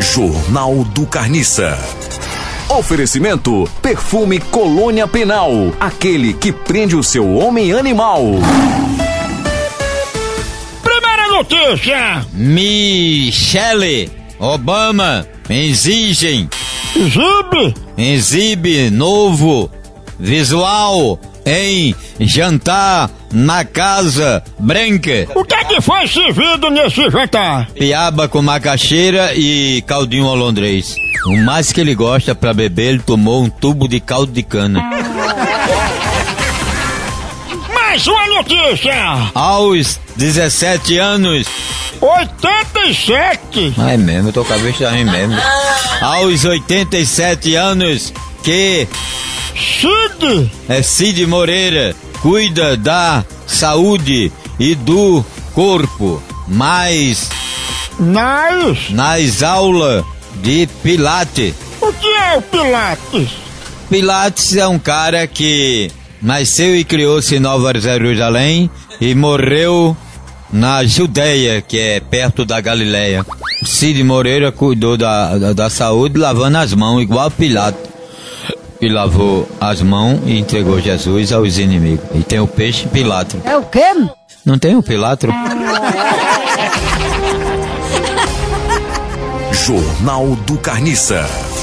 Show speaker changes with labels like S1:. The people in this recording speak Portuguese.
S1: Jornal do Carniça. Oferecimento: Perfume Colônia Penal aquele que prende o seu homem animal.
S2: Primeira notícia:
S3: Michele Obama exigem,
S2: Zibe,
S3: exibe novo visual em jantar na Casa Branca.
S2: o que é que foi servido nesse jantar?
S3: Piaba com macaxeira e caldinho holandês. O mais que ele gosta pra beber, ele tomou um tubo de caldo de cana.
S2: Mais uma notícia:
S3: Aos 17 anos,
S2: 87.
S3: Ai mesmo, eu tô com a cabeça ruim mesmo. Aos 87 anos, que
S2: Cid,
S3: é Cid Moreira cuida da saúde e do corpo, mas
S2: Nais.
S3: nas aulas de Pilates.
S2: O que é o Pilates?
S3: Pilates é um cara que nasceu e criou-se em Nova Jerusalém e morreu na Judeia, que é perto da Galileia. Cid Moreira cuidou da, da, da saúde lavando as mãos, igual Pilatos. E lavou as mãos e entregou Jesus aos inimigos. E tem o peixe Pilato.
S4: É o quê?
S3: Não tem o Pilato?
S1: Jornal do Carniça.